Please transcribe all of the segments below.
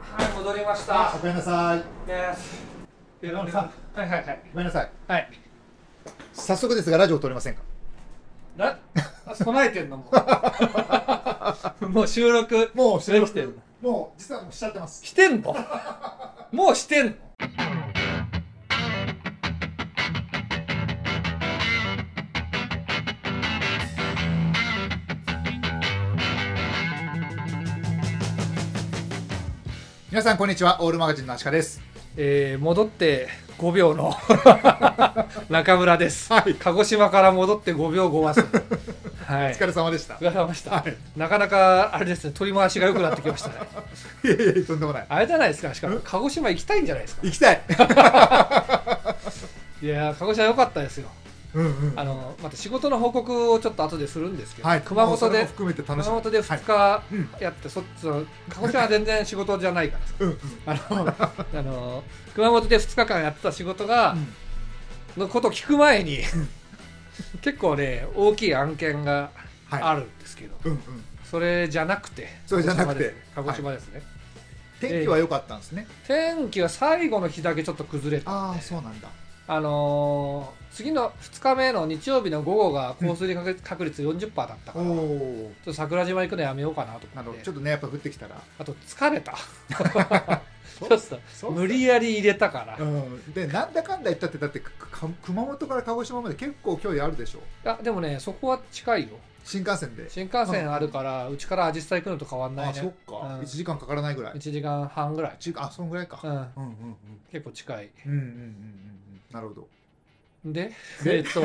はい、戻りましあた。ごめんなさいです。寺本さはいはいはい。ごめんなさいはい。早速ですがラジオ撮れませんかな、あ備えてんのも う。もう収録。もうしてる来てるもう実はもうしちゃってますしてんのもうしてんの皆さんこんにちはオールマガジンのアシカですえー、戻って5秒 の中村です、はい鹿児島から戻って5秒後ははいお疲れ様でしたお疲れ様でした、はいなかなかあれですね取り回しが良くなってきましたねいやいやいやとんでもないあれじゃないですかしかも鹿児島行きたいんじゃないですか行きたいいやー鹿児島良かったですよ うんうんあのまた仕事の報告をちょっと後でするんですけど、はい熊もうそ本れでも含めて楽熊しみ本で2日やって、そっちの鹿児島は全然仕事じゃないからさうんうん あのあの熊本で2日間やってた仕事が、のことを聞く前に結構ね大きい案件がはいあるんですけど、うんうんそれじゃなくてそれじゃなくて鹿児島ですね、天気は良かったんです鹿児ね島ですね天気は最後の日だけちょっと崩れてああそうなんだあのー次の2日目の日曜日の午後が降水確率確率40%だったかおら、ちょっおと桜島行くのやめようかなとなる思っほどてちょっとねやっぱ降ってきたらあと疲れたちょっと無理やり入れたから、うん、でなんだかんだ言ったってだってかか熊本から鹿児島まで結構距離あるでしょあでもねそこは近いよ新幹線で新幹線あるからうちからアジサイ行くのと変わんないねあそっか、うん一1時間かからないぐらい1時間半ぐらい、ちあそんぐらいか、うん、うん、うんうん結構近いうんうんうんうんうんなるほどででえっと、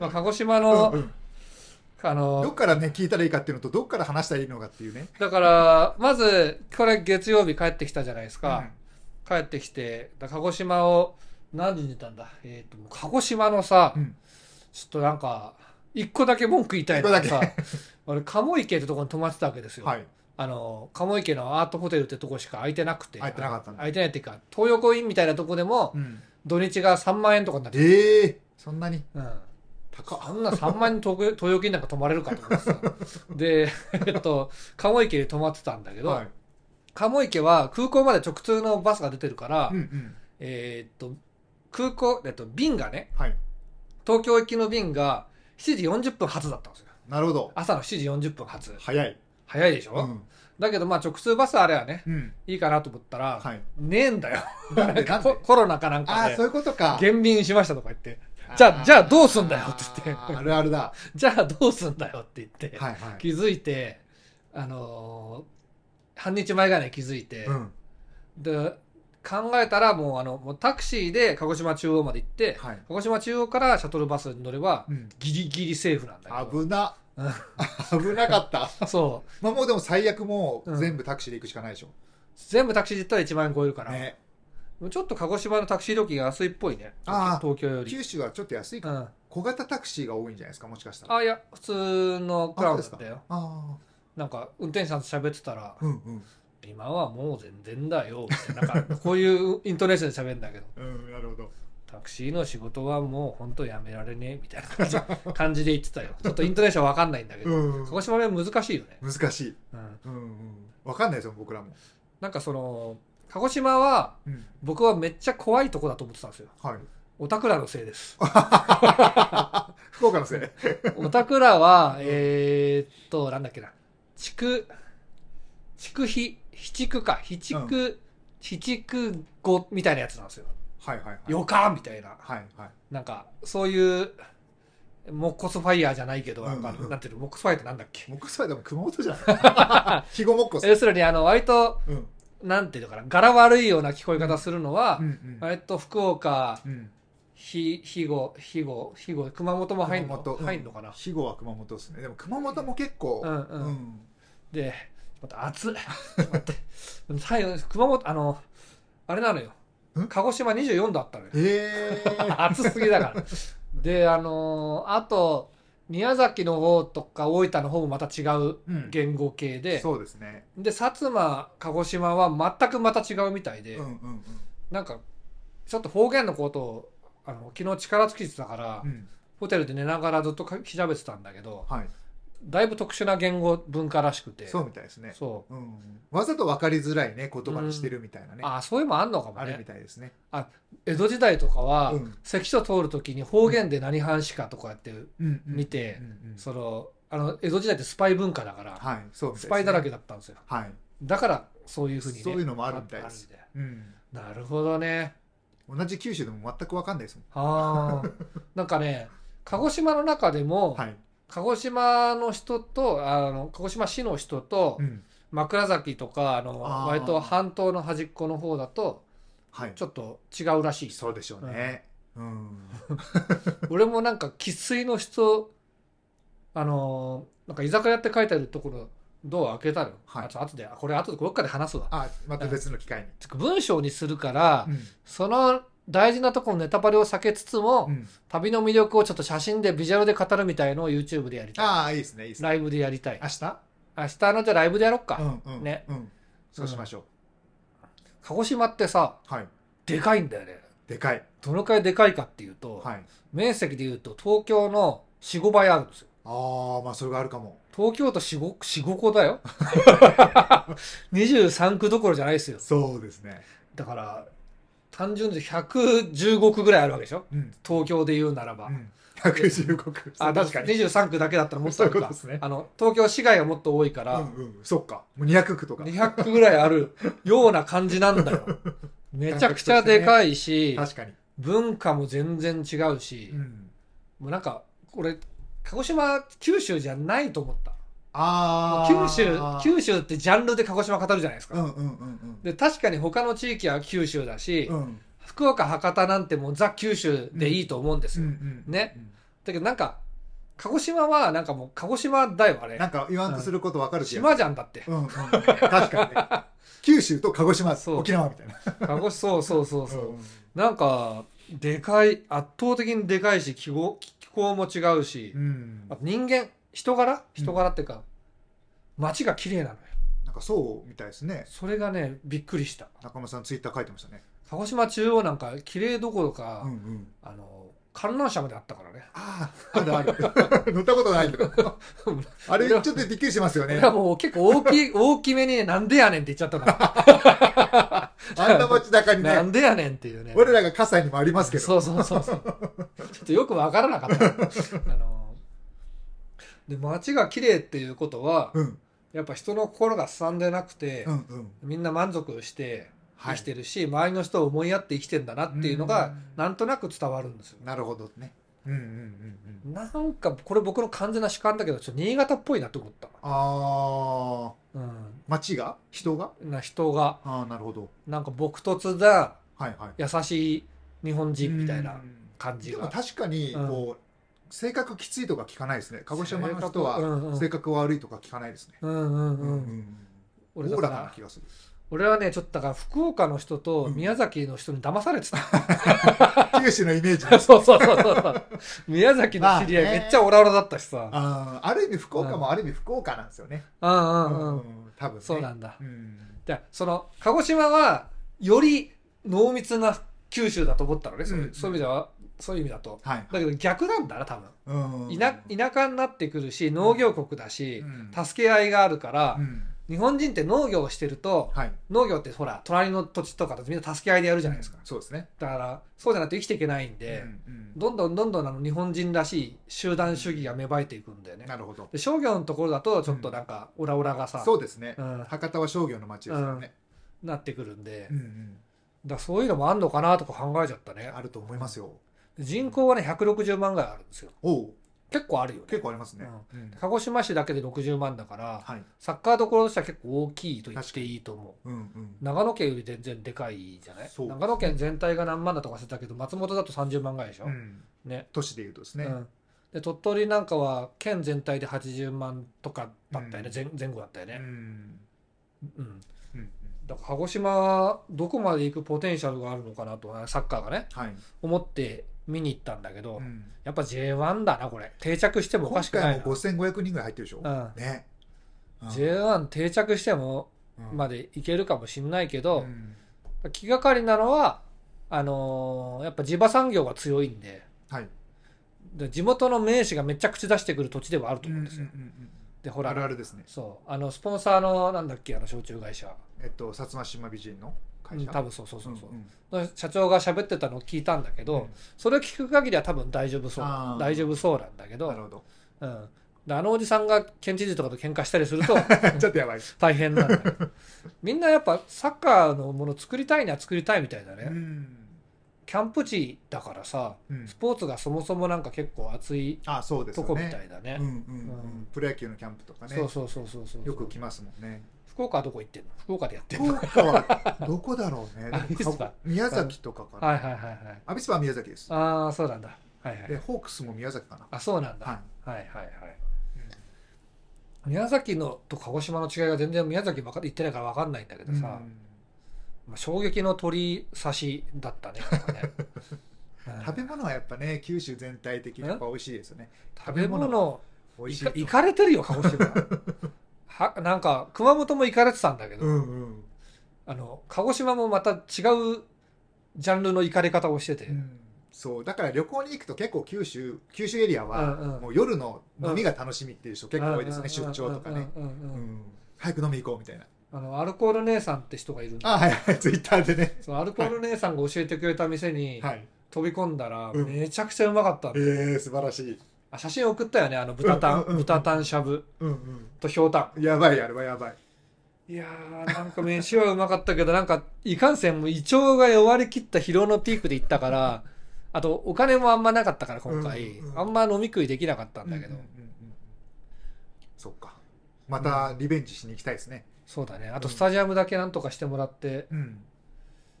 まあ、鹿児島の、うんうんあどっのからね聞いたらいいかっていうのとどっから話したらいいのかっていうねだからまずこれ月曜日帰ってきたじゃないですか、帰ってきてだ鹿児島を何時に出たんだえっ、ともう鹿児島のさ、うんちょっとなんか一個だけ文句言いたいのが一個さ 俺鴨池ってとこに泊まってたわけですうんよ、はいあの鴨池のアートホテルってとこしか空いてなくて空いてなかったんだ空いてないっていうか東横インみたいなとこでもうん土日が3万円とかになってる、ええそんなにうん、高っあんな3万円東京 東横インなんか泊まれるかと思ってさで、えっ と、鴨池で泊まってたんだけど、はい鴨池は空港まで直通のバスが出てるから、うんうんえーっと空港、えっと、便がねはい東京行きの便が7時40分発だったんですよなるほど朝の7時40分発早い早いでしょ、うん、だけどまあ直通バスあれはねうん、いいかなと思ったら、はいねえんだよなんでなんコでコロナかなんあかあそうでいうことか減便しましたとか言ってじゃあじゃあどうすんだよって言ってあーあるあるだじゃあどうすんだよって言って、はいはい気づいてあのー半日前ぐらいに気づいて、うんで考えたらもうあのもうタクシーで鹿児島中央まで行って、はい鹿児島中央からシャトルバスに乗ればうんギリギリセーフなんだけど危なうん危な かったそうまあもうでも最悪もう全部タクシーで行くしかないでしょ、全部タクシーで行ったら1万円超えるから、ねちょっと鹿児島のタクシー料金が安いっぽいねあー東京より、九州はちょっと安いうか、ん、小型タクシーが多いんじゃないですかもしかしたらああいや普通のクラウドだったよあなんか運転手さんと喋ってたらーうんうん「今はもう全然だよ」ってなん かこういうイントネーションで喋るんだけどうんなるほどタクシーの仕事はもう本当やめられねえみたいな感 じ感じで言ってたよちょっとイントネーションわかんないんだけど、うん鹿児島弁難しいよね、難しいうん、うんうんわかんないですよ僕らもなんかその鹿児島はうん僕はめっちゃ怖いとこだと思ってたんですよはいオタクらのせいです福岡のせいオタクらはえーっとなんだっけな地区地区非非地区か非地区、非地区語みたいなやつなんですよはいはいはい予感みたいなはいはいなんかそういうモッコスファイヤーじゃないけどなんか、うんうんなんていうのモッコスファイヤーってなんだっけ木材でも熊本じゃ ない肥後木材要するにあの割とうんなんていうのかな柄悪いような聞こえ方するのは、うん割と福岡うんうんひ肥後肥後肥後熊本も入んの熊本うん入んのかな、肥後は熊本ですねでも熊本も結構うんうんんでまた暑い待って最後熊本あのあれなのよん鹿児島24度あったのよええ 暑すぎだからであのーあと宮崎の方とか大分の方もまた違ううん言語系で、そうですねで薩摩鹿児島は全くまた違うみたいで、うんうんなんかちょっと方言のことをあの昨日力尽きてたから、うんうんホテルで寝ながらずっとか調べてたんだけどはいだいぶ特殊な言語文化らしくてそうみたいですね、そうん、わざと分かりづらいね言葉にしてるみたいなうね、ああそういうのもあんのかもあるみねたいですね江戸時代とかは、うん関所通る時に方言で何藩士かとかやってうん見て、うんうんそのあの江戸時代ってスパイ文化だから、はいそうみたいですスねパイだらけだったんですよはいだからそういうふうに、ね、そういうのもあるみたいですああるんだようんなるほどね同じ九州でも全く分かんないですもあー なんかね鹿児島の中でも、んはい、鹿児島の人とあの鹿児島市の人と、うん枕崎とかあのあー割と半島の端っこの方だとはい、ちょっと違うらしいそうでしょうねうん、俺もなんか生粋の人あのーなんか居酒屋って書いてあるところドア開けたの、はいあと後であこれ後でどっかで話すわ あまた別の機会につうか文章にするから、うんその大事なところのネタバレを避けつつも、うん、旅の魅力をちょっと写真でビジュアルで語るみたいのを YouTube でやりたいああいいですねいいですねライブでやりたい明日明日のじゃあライブでやろっか、うんうんねうんそうしましょう、鹿児島ってさはいでかいんだよねでかいどのくらいでかいかっていうと、はい面積でいうと東京の45倍あるんですよああまあそれがあるかも東京都4、5、5個だよ。23区どころじゃないですよ。そうですねだから、単純で115区ぐらいあるわけでしょうん、東京で言うならば。うん、115国あ、確かに23区だけだったらもっとあるそういうことかですね。あの、東京市街はもっと多いかうら、んうんそっかもう200区とか200区ぐらいある ような感じなんだよ。 めちゃくちゃでかいし、確かに文化も全然違うし、うんもうなんか、俺、鹿児島、九州じゃないと思った。ああ九州、九州ってジャンルで鹿児島語るじゃないですか。うんうんうんで確かに他の地域は九州だし、うんうん福岡博多なんてもうザ九州でいいと思うんですうんうよ、んねだけどなんか鹿児島はなんかもう鹿児島だよあれなんか言わんとすることわかる気が島じゃんだってするうんうん確かにね 九州と鹿児島そう沖縄みたいな鹿 児そうそうそうそう、うんなんかでかい圧倒的にでかいし気候気候も違うし、うんあと人間人柄人柄っていうか、街が綺麗なのよなんかそうみたいですねそれがねびっくりした中村さんツイッター書いてましたね鹿児島中央なんか綺麗どころか、うんうんあの観覧車まであったからねあああるあ る乗ったことないけどあれちょっとびっくりしますよ いねやもう結構大き い、大きめにね、なんでやねんって言っちゃったかあんな街中ら。になねんでやねんっていうね。俺らが葛西にもありますけどそうそうそうそう。ちょっとよくわからな かった。あの、で、街が綺麗っていうことは、うんやっぱ人の心がすさんでなくて、うんうんみんな満足しては生いきてるし、周りの人を思いやって生きてんだなっていうのうがん、なんとなく伝わるんですよ。なるほどねうんうんうんうんなんか、これ僕の完全な主観だけど、ちょっと新潟っぽいなと思った。ああうん。街が人がな人が、ああなるほどなんか朴突だ、はいはい優しい日本人みたいなうん感じでもが。確かにうんこう性格きついとか聞かないですね鹿児島の人はうんうん性格悪いとか聞かないですねうんうんうんオ俺だーかラなら気がする俺はねちょっとだから福岡の人とうん宮崎の人に騙されてた、 九州のイメージですそうそうそうそう宮崎の知り合いまあねめっちゃオラオラだったしさ、あーある意味福岡もある意味福岡なんですよねうんうんうん、うん多分ねそうなんだうんじゃその鹿児島はより濃密な九州だと思ったのね、そううんそういう意味ではそういう意味だとはいだけど逆なんだな多分うん田田舎になってくるし農業国だし、うん助け合いがあるから、うん日本人って農業をしてるとはい農業ってほら隣の土地とかだとみんな助け合いでやるじゃないですか、そうですねだからそうじゃないと生きていけないんで、うんどんどんどんどんあの日本人らしい集団主義が芽生えていくんだようねんなるほどで商業のところだとちょっとなんかオラオラがさ、そうですねうん博多は商業の街ですよねなってくるんで、だかうんうんらそういうのもあんのかなとか考えちゃったねあると思いますよ人口はね160万ぐらいあるんですよおう結構あるよね結構ありますねうん鹿児島市だけで60万だからはいサッカーどころとしては結構大きいと言っていいと思ううんうん長野県より全然でかいじゃないそう長野県全体が何万だとかしてたけど松本だと30万ぐらいでしょ、うんね都市でいうとですね、うん、で鳥取なんかは県全体で80万とかだったよね、うん前前後だったよね、んうんうんだから鹿児島はどこまで行くポテンシャルがあるのかなとサッカーがねはい、思って見に行ったんだけど、うんやっぱ J1 だなこれ定着してもお今かしくない回もな、 5500人ぐらい入ってるでしうょ、ん、ね、うん J1 定着してもうんまでいけるかもしんないけどう、ん気がかりなのはあのーやっぱ地場産業が強いんではいで地元の名士がめっちゃ口出してくる土地ではあるとうん思ううんんうですよ。んでほうん、らあるあるですねそうあのスポンサーのなんだっけあの焼酎会社えっと薩摩島美人の会うん社多分そうそうそうそう、んんの社長が喋ってたのを聞いたんだけど、うんそれを聞く限りは多分大丈夫そうあー大丈夫そうなんだけどなるほど うん、であのおじさんが県知事とかと喧嘩したりす るとちょっとやばいです大変なんだけどみんなやっぱサッカーのもの作りたいには作りたいみたいだね、うんキャンプ地だからさうんスポーツがそもそもなんか結構熱いあそうですとよこみねたいだねうんうんうんうんプロ野球のキャンプとかねそうそうそうそうそうよく来ますもんね福岡はどこ行ってんの福岡でやってん福の岡はどこだろうねアビスパ宮崎とかかなはいはいはいはいアビスパは宮崎ですああそうなんだはいはでいホークスも宮崎かなあそうなんだ、ははい、はいはいはいい宮崎のと鹿児島の違いが全然宮崎ばか行ってないから分かんないんだけどうんさ、まあ、衝撃の鳥刺しだったねなんかねうん 食べ物はやっぱね九州全体的にやっぱ美味しいですよね食べ物美味いしいとかいかれてるよ鹿児 島はなんか熊本も行かれてたんだけど、うんうんあの鹿児島もまた違うジャンルの行かれ方をしてて、うんそうだから旅行に行くと結構九州九州エリアはうんうんもう夜の飲みが楽しみっていう人結構多いですねうん出うん張とかねうんうんうんうんうん早く飲み行こうみたいなあのアルコール姉さんって人がいるんだあはいはい ツイッターでねそのアルコール姉さんが教えてくれた店にはい飛び込んだらうんめちゃくちゃうまかったの、えー素晴らしいあ写真送ったよねあの豚タン、うんうんうん豚タンしゃぶうんとひょうたんうんやばいあれはやばいいやーなんか飯はうまかったけどなんかいかんせんもう胃腸が弱りきった疲労のピークで行ったからあとお金もあんまなかったから今回、うんうんあんま飲み食いできなかったんだけど、うんうんうんうんそっかまたリベンジしに行きたいですねそうだねあとうんスタジアムだけなんとかしてもらって、うん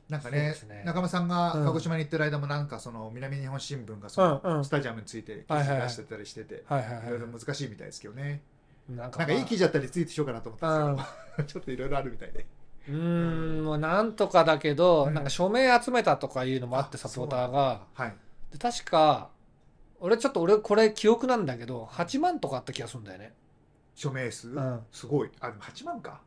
なんかそうねですね中間さんがうん鹿児島に行ってる間もなんかその南日本新聞がそうんのうんスタジアムについて記はいはい事はい出してたりしててはいはいはいいろいろ難しいみたいですけどねなんか,、なんかいい記事だったりツイートしようかなと思ったんですけどちょっといろいろあるみたいでうーんもうなんとかだけど、うんなんか署名集めたとかいうのもあってあサポーターがはいで確か俺ちょっと俺これ記憶なんだけど8万とかあった気がするんだよね、署名数うんすごいあでも8万か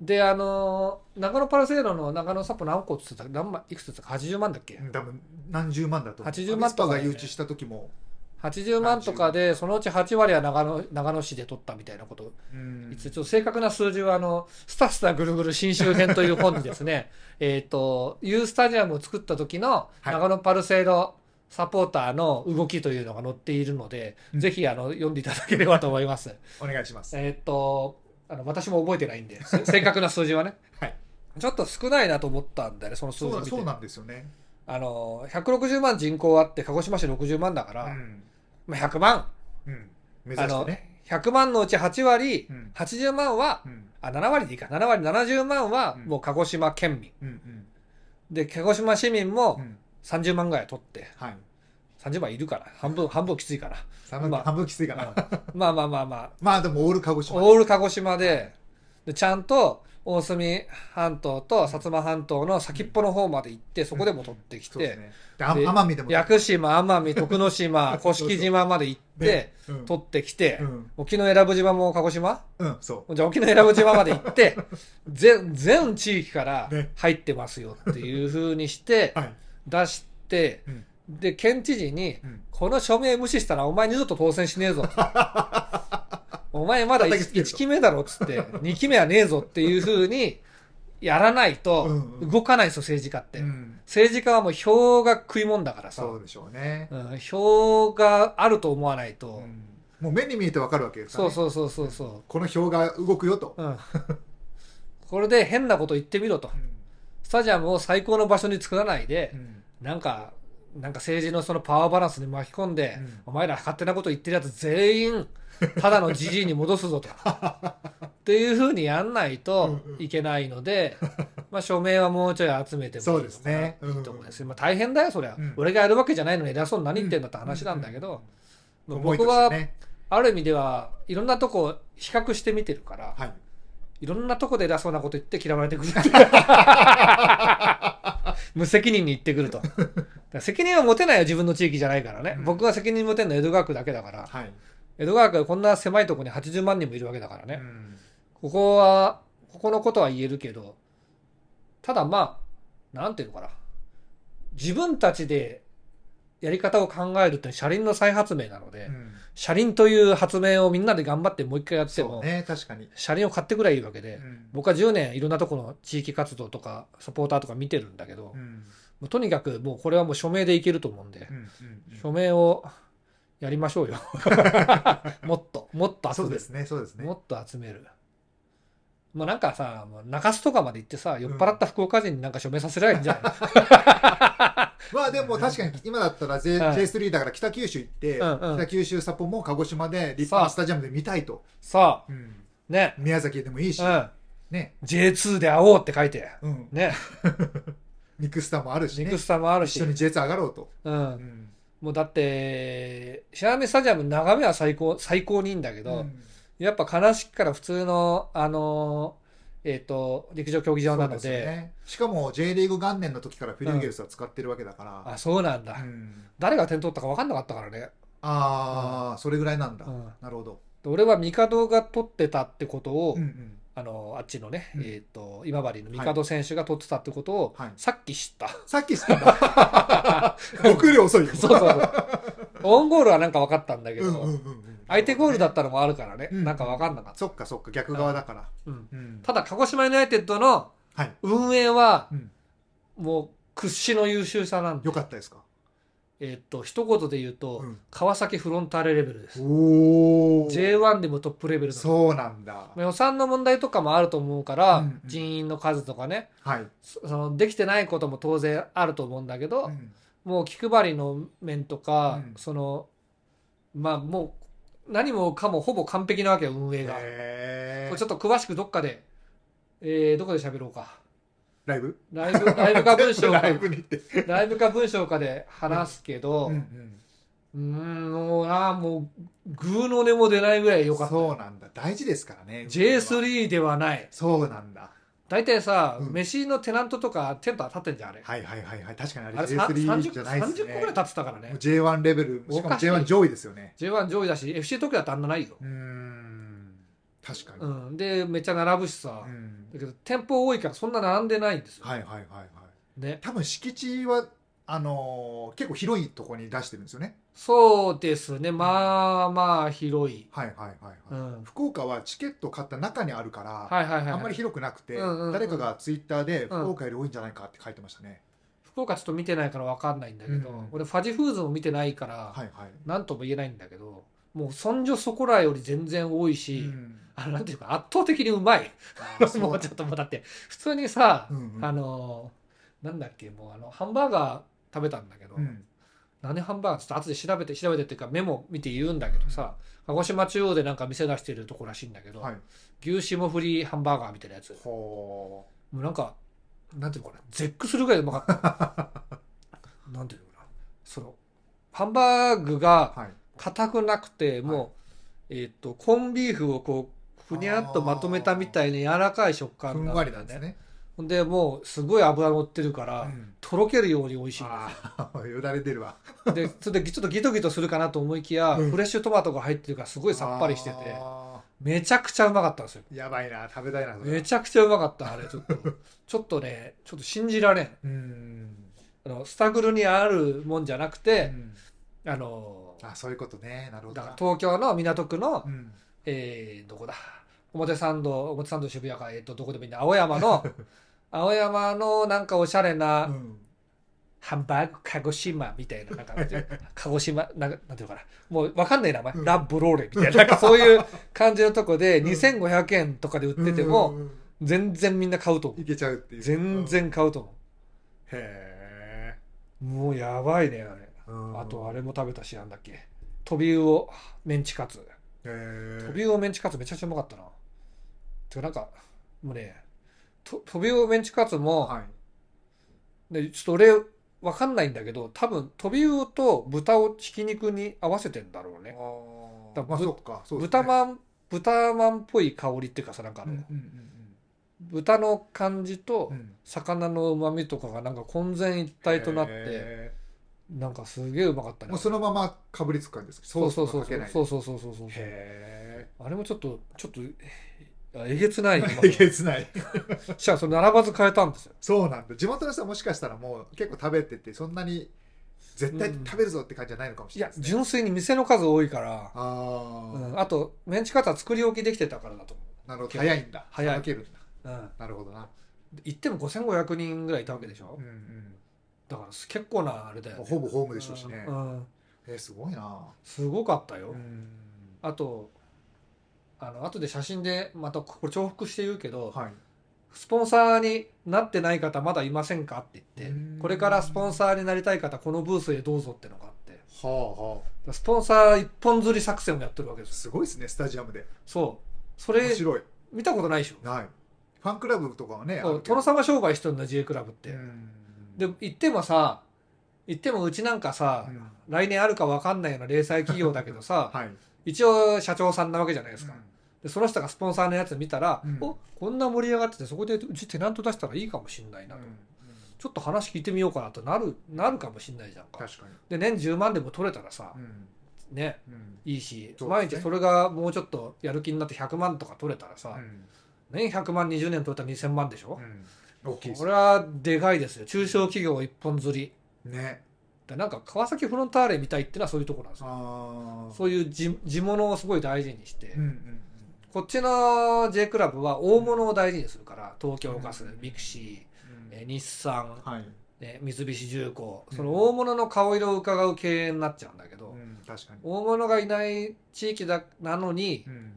であのー長野パルセイロの長野サポ何個っつってた何万いくつっつったか80万だっけ、うん多分何十万だと思う80万とかアだビよスパがね誘致した時も80万とかでそのうち8割は長野長野市で取ったみたいなこと、うん一応ちょっと正確な数字はあの「スタスタぐるぐる新州編」という本にですね えっと U スタジアムを作った時のはい長野パルセイロサポーターの動きというのが載っているので、うんぜひあの読んでいただければと思います。お願いしますえーっとあの私も覚えてないんでせ 正確な数字はねはいちょっと少ないなと思ったんだよねその数字そ見うなてそうなんですよねあの160万人口あって鹿児島市60万だから、うんまあ、100万うん目指してね100万のうち8割、うん80万はうんあ7割でいいか7割70万はうんもう鹿児島県民、うんうんで鹿児島市民うもん30万ぐらい取ってはい30万いるから半分半分きついから半分まあ半分きついかなうんまあまあまあまあまあでもオール鹿児島オール鹿児島ででちゃんと大隅半島と薩摩半島の先っぽの方まで行ってそこでも取ってきそうでて、すねであで奄美でも屋久島奄美徳之島 そう甑そう島まで行ってねうん取ってきて、うん沖永良部島も鹿児島うんそじゃあ沖永良部島まで行って 全全地域からね入ってますよっていうふうに してうはい出して、うんで県知事にうんこの署名無視したらお前二度と当選しねえ ぞ。お前まだ 1, 叩きつけると期目だろっつって、2期目はねえぞっていうふうにやらないとうんうん動かないんですよ、政治家って。うん政治家はもう票が食いもんだからさ、そうでしょうねうん票があると思わないと。うんもう目に見えてわかるわけですかそらうねそうそうそうそこの表が動くよとう。うん、これで変なこと言ってみろと。スタジアムを最高の場所に作らないで、うんなんか、なんか政治のそのパワーバランスに巻き込んで、うんお前ら勝手なこと言ってるやつ全員、ただのじじいに戻すぞと。っていうふうにやんないとうんうんいけないので、まあ署名はもうちょい集めてもいいのかなそうですねいいと思います。まあ大変だよ、そりゃ、うん俺がやるわけじゃないのに偉そうに何言ってんだって話なんだけど、うんうんうん僕思いはとしてねある意味ではいろんなとこを比較して見てるから、はいいろんなとこで偉そうなこと言って嫌われ てくる。無責任に言ってくると。だから責任は持てないよ、自分の地域じゃないからね。うん僕が責任持てるのは江戸川区だけだから。はい江戸川区はこんな狭いとこに80万人もいるわけだからうね。んここは、ここのことは言えるけど、ただまあ、なんていうのかな。自分たちでやり方を考えるって車輪の再発明なので、うん車輪という発明をみんなで頑張ってもう一回やってそも、うね確かに、車輪を買ってくらいいいわけで、うん僕は10年いろんなところの地域活動とかサポーターとか見てるんだけど、うもんうとにかくもうこれはもう署名でいけると思うんでう、んうんうん署名をやりましょう よもっともっと集そうめでる、すねそうですねもっと集めるまあなんかさもう中洲とかまで行ってさ酔っ払った福岡人になんか署名させられるんじゃない、まあでも確かに今だったら J- はい J3 だから北九州行って、うんうん北九州サポも鹿児島で立派なスタジアムで見たいと、 さあうんね宮崎でもいいし、うんね、 J2 で会おうって書いてうん、ねミクスタもあるし、ね、ミクスタもあるし一緒に J2 上がろうと、う、うんんもうだって白波スタジアム眺めは最高最高にいいんだけど、うんやっぱ悲しきから普通のあのーえっ、と陸上競技場なのそうすでよね、しかも J リーグ元年の時からフィルゲルスは使ってるわけだから、あそうなんだ、うん誰が点取ったか分かんなかったからね、ああ、それぐらいなんだ、うんなるほど、で俺は帝が取ってたってことを、うんうんあのあっちのね、うんえっと今治の帝選手が取ってたってことを、はいさっき知った。さっき知ったんだ 僕より遅いよ そうそうそう。オンゴールはなんか分かったんだけど、うんうんうんうん相手ゴールだったのもあるからね、うんなんか分かんなかった。そっかそっか逆側だから、うんうんただ、鹿児島ユナイテッドのはい運営は、うんもう屈指の優秀さなんでよ、かったですか、えっと一言で言うと、うん川崎フロンターレレベルです。おお J1 でもトップレベルだそうなんだまあ予算の問題とかもあると思うから、うんうん人員の数とかねはい、そそのできてないことも当然あると思うんだけど、うんもう気配りの面とか、うんそのまあもう何もかもほぼ完璧なわけよ運営が、へこれーちょっと詳しくどっかで、えーどこで喋ろうかライブライ ブライブか文章かライブに行って、ライブか文章かで話すけど、ううん、うんん、んもうなもうぐうの音も出ないぐらい良かったそうなんだ大事ですからね J3 ではないそうなんだ大体さ、うん飯のテナントとかテントは立ってんじゃんあれ、はいはいはいはい確かにあれあれさ J3 じゃ 30, ないです30ね個ぐらい立ってたからもねう J1 レベルしかおもかしい J1 上位ですよね J1 上位だし FC 東京だってあんなないよう、ーん確かに、ううんん、でめっちゃ並ぶしさ、だけど店舗多いからそんな並んでないんですよ、はいはいはいはいね、多分敷地はあのー結構広いとこに出してるんですよねそうですねまあまあ広い、はいはいはいはい、うん、福岡はチケット買った中にあるから、はいはいはいはい、あんまり広くなくて、うんうんうん誰かがツイッターで福岡より多いんじゃないかって書いてましたね、福岡ちょっと見てないから分かんないんだけど、うん俺ファジフーズも見てないから、はいはい、なんとも言えないんだけどもうそんじょそこらより全然多いし、 うんあのなんていうか圧倒的にうまいあーそうもうちょっともうだって普通にさ、うんうんあのなんだっけもうあのハンバーガー食べたんだけど、うん何ハンバーガーちょっと後で調べて調べてっていうかメモ見て言うんだけどさ、鹿児島中央でなんか店出してるとこらしいんだけど、はい牛霜降りハンバーガーみたいなやつもほうなんかなんていうのかな絶句するぐらいうまかった なんていうのかなそのハンバーグがーはい硬くなくてもう、えーっとコンビーフをこうふにゃっとまとめたみたいな柔らかい食ふ感んなだわりよなんですね、ほんでもうすごい油乗ってるから、うんとろけるように美味しいんですああ よだれ出るわよでそれでちょっとギトギトするかなと思いきや、うんフレッシュトマトが入ってるからすごいさっぱりしててあめちゃくちゃうまかったんですよーやばいな食べたいなそれめちゃくちゃうまかったあれちょっ とちょっとねちょっと信じられんうんあのスタグルにあるもんじゃなくうて、んあのあそういうことねなるほどだからな東京の港区の、うんえーどこだ表参道表参道渋谷か、えー、とどこでもいいんだ青山 の青山のなんかおしゃれな、うんハンバーグ鹿児島みたいななんかなんていう鹿児島なんかなんていうのかなもうわかんない名前、うんラブローレみたいななんかそういう感じのとこでうん2500円とかで売っててうんもうん全然みんな買うと思いうけちゃうっていう全うん然買うと思へうもうやばいねあれえうんあとあれも食べたしなんだっけトビウオメンチカツへえトビウオメンチカツめちゃくちゃうまかったなてかなんかもうねとトビウオメンチカツも、はいでちょっと俺わかんないんだけど多分トビウオと豚をひき肉に合わせてんだろうねあだーまあぶそっかそうですね豚まん豚まんっぽい香りっていうかさなんかあうの、んうん豚の感じとうんうん魚のうまみとかがなんか混然一体となってへなんかすげえうまかったーねもうそのままかぶりつく感じですかそうそうそうソースとかけないそうそうそうそうそうへあれもちょっとちょっとええげつない ええげつないしかもそれ並ばず変えたんですよそうなんだ地元の人はもしかしたらもう結構食べててそんなに絶対食べるぞって感じじゃないのかもしいれなやいですね、純粋に店の数多いから、ああ、うん、あとメンチカツは作り置きできてたからだと思なるほど早いんだ早いさばけるんだう、うん、なるほどな行っても5500人ぐらいいたわけでしょ、うんうんだから結構なあれだよ、ね、ほぼホームでしょうしねうんうんえーすごいなすごかったよ、うんあとあの後で写真でまたこれ重複して言うけど、はいスポンサーになってない方まだいませんかって言ってうんこれからスポンサーになりたい方このブースへどうぞってのがあってはあはあスポンサー一本釣り作戦をやってるわけですよすごいですねスタジアムでそうそ面れ白い見たことないでしょないファンクラブとかはねそうあるけど殿様商売してるんだ J クラブって、うんで行ってもさ行ってもうちなんかさ、うん来年あるか分かんないような零細企業だけどさ、 はい一応社長さんなわけじゃないでですか、でその人がスポンサーのやつ見たら、うんおこんな盛り上がっててそこでうちテナント出したらいいかもしんないなと、ちょっと話聞いてみようかなとなるなるかもしんないじゃんか確かにで年10万でも取れたらさ、うんねうんいいし、そうですね毎日それがもうちょっとやる気になって100万とか取れたらさ、年100万20年取れたら2000万でしょ、うん大きいですこれはでかいですよ中小企業一本釣りねでなんか川崎フロンターレみたいってのはそういうところなんですよああそういう地地物をすごい大事にして、うんうんこっちの J クラブは大物を大事にするから東京ガス、うんミクシうんー、えー日産、はいえー三菱重工うんその大物の顔色を伺う経営になっちゃうんだけど、うん確かに大物がいない地域だなのに、うん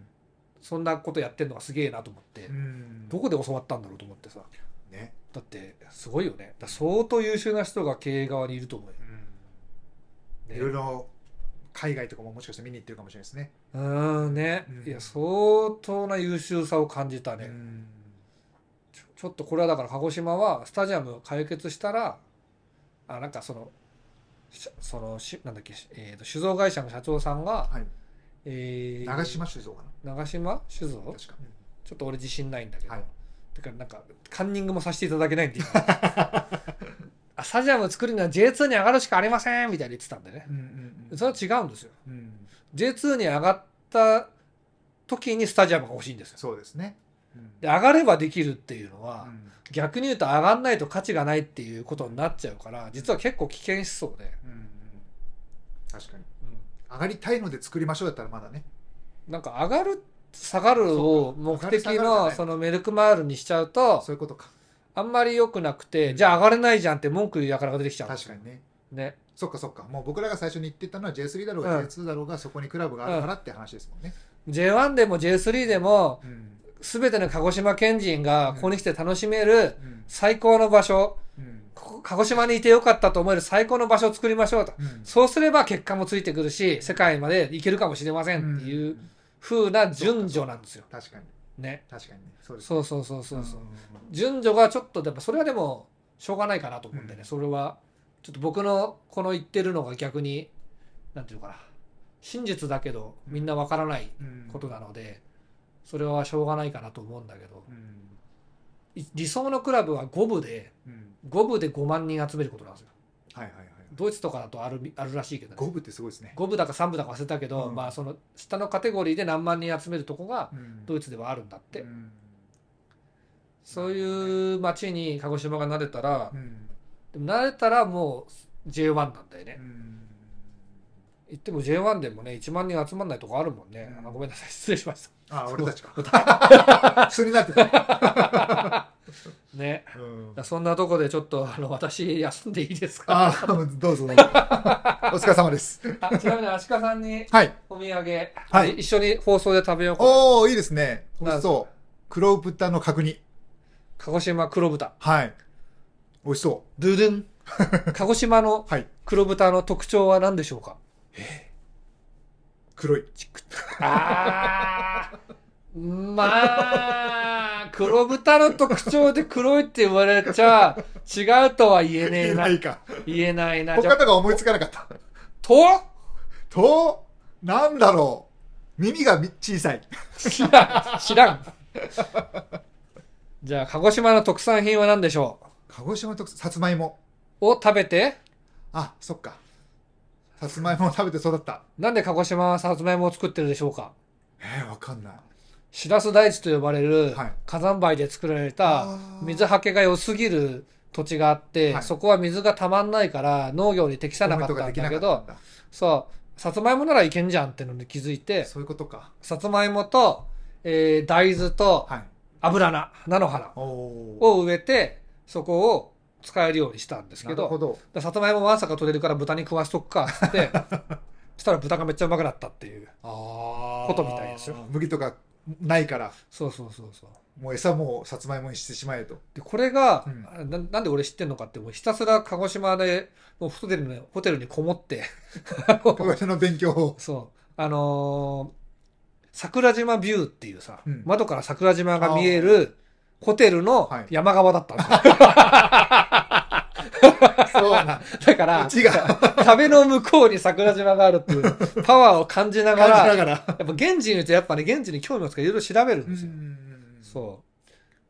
そんなことやってんのがすげえなと思って、うんどこで教わったんだろうと思ってさねだってすごいよねだから相当優秀な人が経営側にいると思うよ、うんね、いろいろ海外とかももしかして見に行ってるかもしれないですねうーんね、うんいや相当な優秀さを感じたね、うんちょちょっとこれはだから鹿児島はスタジアム解決したらあなんかそのしそのしなんだっけ、えー、と酒造会社の社長さんが、はいえー長島酒造かな長島酒造確かちょっと俺自信ないんだけど、はいだからなんかカンニングもさせていただけないんで今 あスタジアム作るには J2 に上がるしかありませんみたいに言ってたんでねうんうんうんそれは違うんですようん、 J2 に上がった時にスタジアムが欲しいんですよそうですね。で上がればできるっていうのうは、ん逆に言うと上がんないと価値がないっていうことになっちゃうから実は結構危険思想で、うんうん確かに。上がりたいので作りましょうだったらまだね。なんか上がる下がるを目的上がる下がるじゃのないそのメルクマールにしちゃうとそういうことか。あんまり良くなくてじゃあ上がれないじゃんって文句言うやからが出てきちゃう確かにね。ねそっかそっか。もう僕らが最初に言ってたのは J3 だろうがうん J2 だろうがそこにクラブがあるからって話ですもんね。 J1 でも J3 でもうん全ての鹿児島県人がここに来て楽しめるうん最高の場所うんここ鹿児島にいてよかったと思える最高の場所を作りましょうとうんそうすれば結果もついてくるし世界まで行けるかもしれませんっていう風な順序なんですよ確かにね確かにね。そうです。そうそうそうそうそう、ん順序がちょっとでもそれはでもしょうがないかなと思うんでね、うんそれはちょっと僕のこの言ってるのが逆になんていうのかな真実だけどみんなわからないうんことなので、それはしょうがないかなと思うんだけどうんい理想のクラブは5部でうん5部で5万人集めることなんですよはいはいはい。ドイツとかだとあるみあるらしいけど、五ね、部ってすごいですね。 5部だか3部だか忘れたけど、うんまあその下のカテゴリーで何万人集めるとこがうんドイツではあるんだって、うんそういう街に鹿児島が慣れたら、うんでも慣れたらもう J1 なんだよねう。ん言っても J1 でもね、1万人集まんないとこあるもんね。うんあごめんなさい、失礼しましあ、俺たちか。 普通になってた。た。ね。うんそんなとこでちょっと、あの、私、休んでいいですかああ、どう ぞどうぞ。お疲れ様です。 あちなみに、足利さんにはい。お土産、はい一緒に放送で食べようかな。おー、いいですね。美味しそう。黒豚の角煮。鹿児島黒豚。はい。美味しそドゥドゥン。鹿児島のう。はい。黒豚の特徴は何でしょうか黒い。あーまあ、黒豚の特徴で黒いって言われちゃ違うとは言えね言ええなな。いか。言えないな。じゃ他あ、とか思いつかなかった。とと、なんだろう。耳がみ小さい。知らん。知らん。じゃあ、鹿児島の特産品は何でしょ鹿児島特産、さつまいも。うを食べて、あ、そっか。さつまいもを食べて育った。なんで鹿児島はさつまいもを作ってるでしょうかえー、わかんない。しらす大地と呼ばれるはい火山灰で作られたあー水はけが良すぎる土地があって、はいそこは水がたまんないから農業に適さなかったんだけど米とかできなかったんそうさつまいもならいけんじゃんってのに気づいだてそういうことかさつまいもと、えー大豆とはい油菜菜の花おおを植えてそこを使えるようにしたんですけなるどほどださつまいもわんさか取れるから豚に食わしとくかっつって したら豚がめっちゃうまくなったっていうあことみたいですよ麦とかないからそうそうそうそうもう餌もさつまいもにしてしまえとでこれが、うんあななんで俺知ってんのかってもうひたすら鹿児島でもうホテルのホテルにこもってあのこれの勉 強をそうあのー桜島ビューっていうさ、うん窓から桜島が見えるホテルのはい山側だったんですよ、そうなだ からうちが壁の向こうに桜島があるって いうパワーを感じなが感らじながらやっぱ現地にいるとやっぱね現地に興味をつけていろいろ調べるんですよ、そ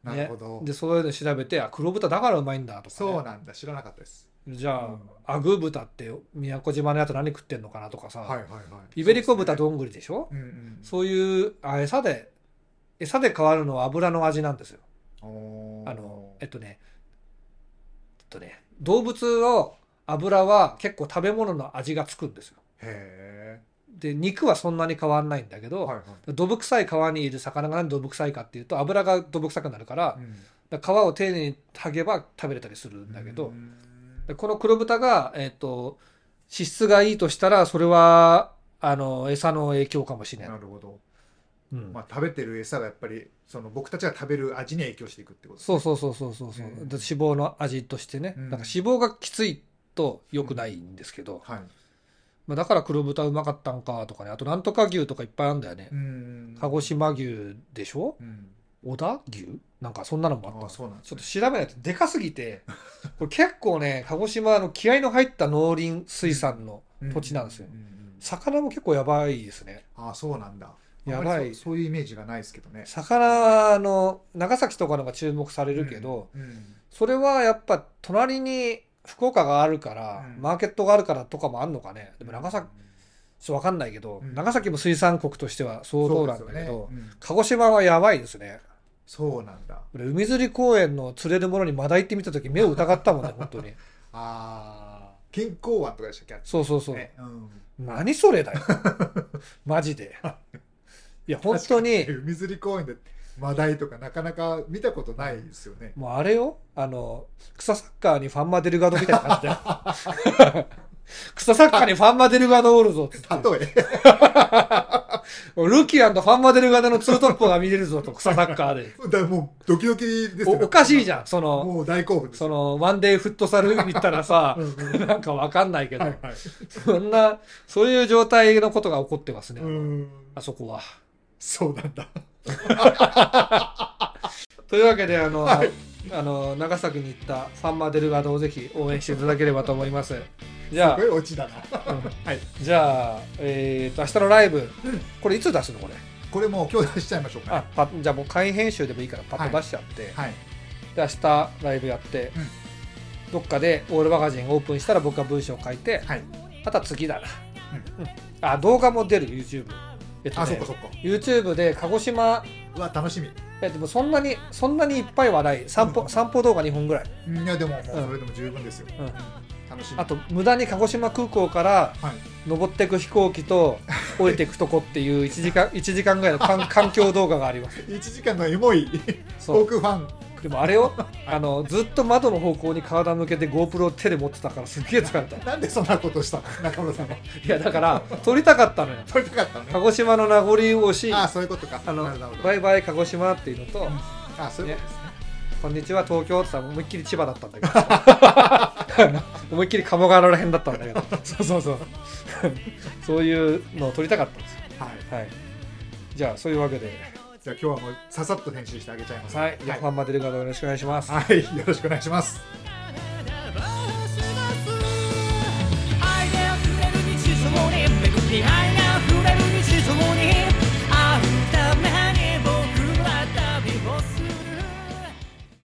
なるほどうでそういうの調べてあ黒豚だからうまいんだとか、ね、そうなんだ知らなかったですじゃあ、うんアグー豚って宮古島のやつ何食ってんのかなとかさ、はいはいはいイベリコ豚どんぐりでしょうんうんそう,、いうあ餌で餌で変わるのは油の味なんですよおーあのえっとねえっとね動物の油は結構食べ物の味がつくんですよへで肉はそんなに変わんないんだけえど、はいはいどぶ臭い皮にいる魚がなんでどぶ臭いかっていうと油がどぶ臭くなるから,、うん皮を丁寧に剥げば食べれたりするんだけど、うんでこの黒豚が、えっと脂質がいいとしたらそれはあの餌の影響かもしれな、ないるほどうんまあ食べてる餌がやっぱりその僕たちが食べる味に影響していくってことそうそうそうそうそうそう、うんで脂肪の味としてね、うんなんか脂肪がきついと良くないんですけど、はいまあ、だから黒豚うまかったんかとかねあとなんとか牛とかいっぱいあるんだよね、うん鹿児島牛でしょうん小田牛なんかそんなのもあったんあですよそうなんですちょっと調べないとでかすぎ て、これ結構ね、鹿児島の気合の入った農林水産の土地なんですよ。ううん魚も結構やばいですね。あそうなんだやばいあんまりそうそういうイメージがないですけどね魚の長崎とかのが注目されるけど、うんうんそれはやっぱ隣に福岡があるから、うんマーケットがあるからとかもあるのかね。でも長崎、ちょっとわかんないけど、うん長崎も水産国としては相当なんだけそうですど、よねうん鹿児島はやばいですね。そうなんだ俺海釣り公園の釣れるものにマダイって見た時目を疑ったもん ね、本当に。あー健康湾とかでしたっけあっちそうそうそう。ねうん何それだ よマジでいや本当に確か海釣り公園でマダイとかなかなか見たことないですよね。もうあれよあの草サッカーにファンマデルガードみたいな感じだよ 草サッカーにファンマデルガードおるぞっつって例 え。ルキアンとファンマデルガードのツートップが見れるぞと草サッカーでだもうドキドキですおおかしいじじゃんそゃのもう大興奮です。そのワンデイフットサル行ったらさうんうんなんかわかんないけど、はいはい。そんなそういう状態のことが起こってますね、うん。あそこはそうなんだ。というわけであの、はいあの長崎に行ったファンマデルガードをぜひ応援していただければと思います。じゃこれオチだな。あ、うんはい。じゃあ、えー、と明日のライブ、んこれいつ出すのこれ、これもう今日出しちゃいましょうかあね。パじゃあもう会員編集でもいいからパッと出しちゃって、はい。で明日ライブやって、どっかでオールマガジンオープンしたら僕が文章を書いて、はい。あとは次だな、うんあ動画も出る YouTube、えっとあ、ねそっかそっか。 YouTube で鹿児島うわ、楽しみ。えでもそんなにそんなにいっぱいはない散歩,、うん散歩動画2本ぐらいうんいや、でももううんそれでも十分ですよ。うん楽しみ。あと無駄に鹿児島空港からはい。登っていく飛行機と 降りていくとこっていう1時間 ,1 時間ぐらいの環 環境動画があります1時間のエモいそ航う空ファン。でもあれをあのずっと窓の方向に体向けて GoPro を手で持ってたからすっげえ疲れたいなんでそんなことしたの中村さんは。やだから撮りたかったのよ撮りたかったのね鹿。児島の名残惜しいああ、あそういうことか。のなるほどバイバイ鹿児島っていうのと、ああ、そういうことですね。こんにちは東京って言ったら思いっきり千葉だったんだけど 思いっきり鴨川ら辺だったんだけどそうそうそうそういうのを撮りたかったんですよはい。はいじゃあそういうわけでじゃあ今日はもうささっと編集してあげちゃいます。はい、じゃあファンマデルガードよろしくお願いします。はい、よろしくお願いします。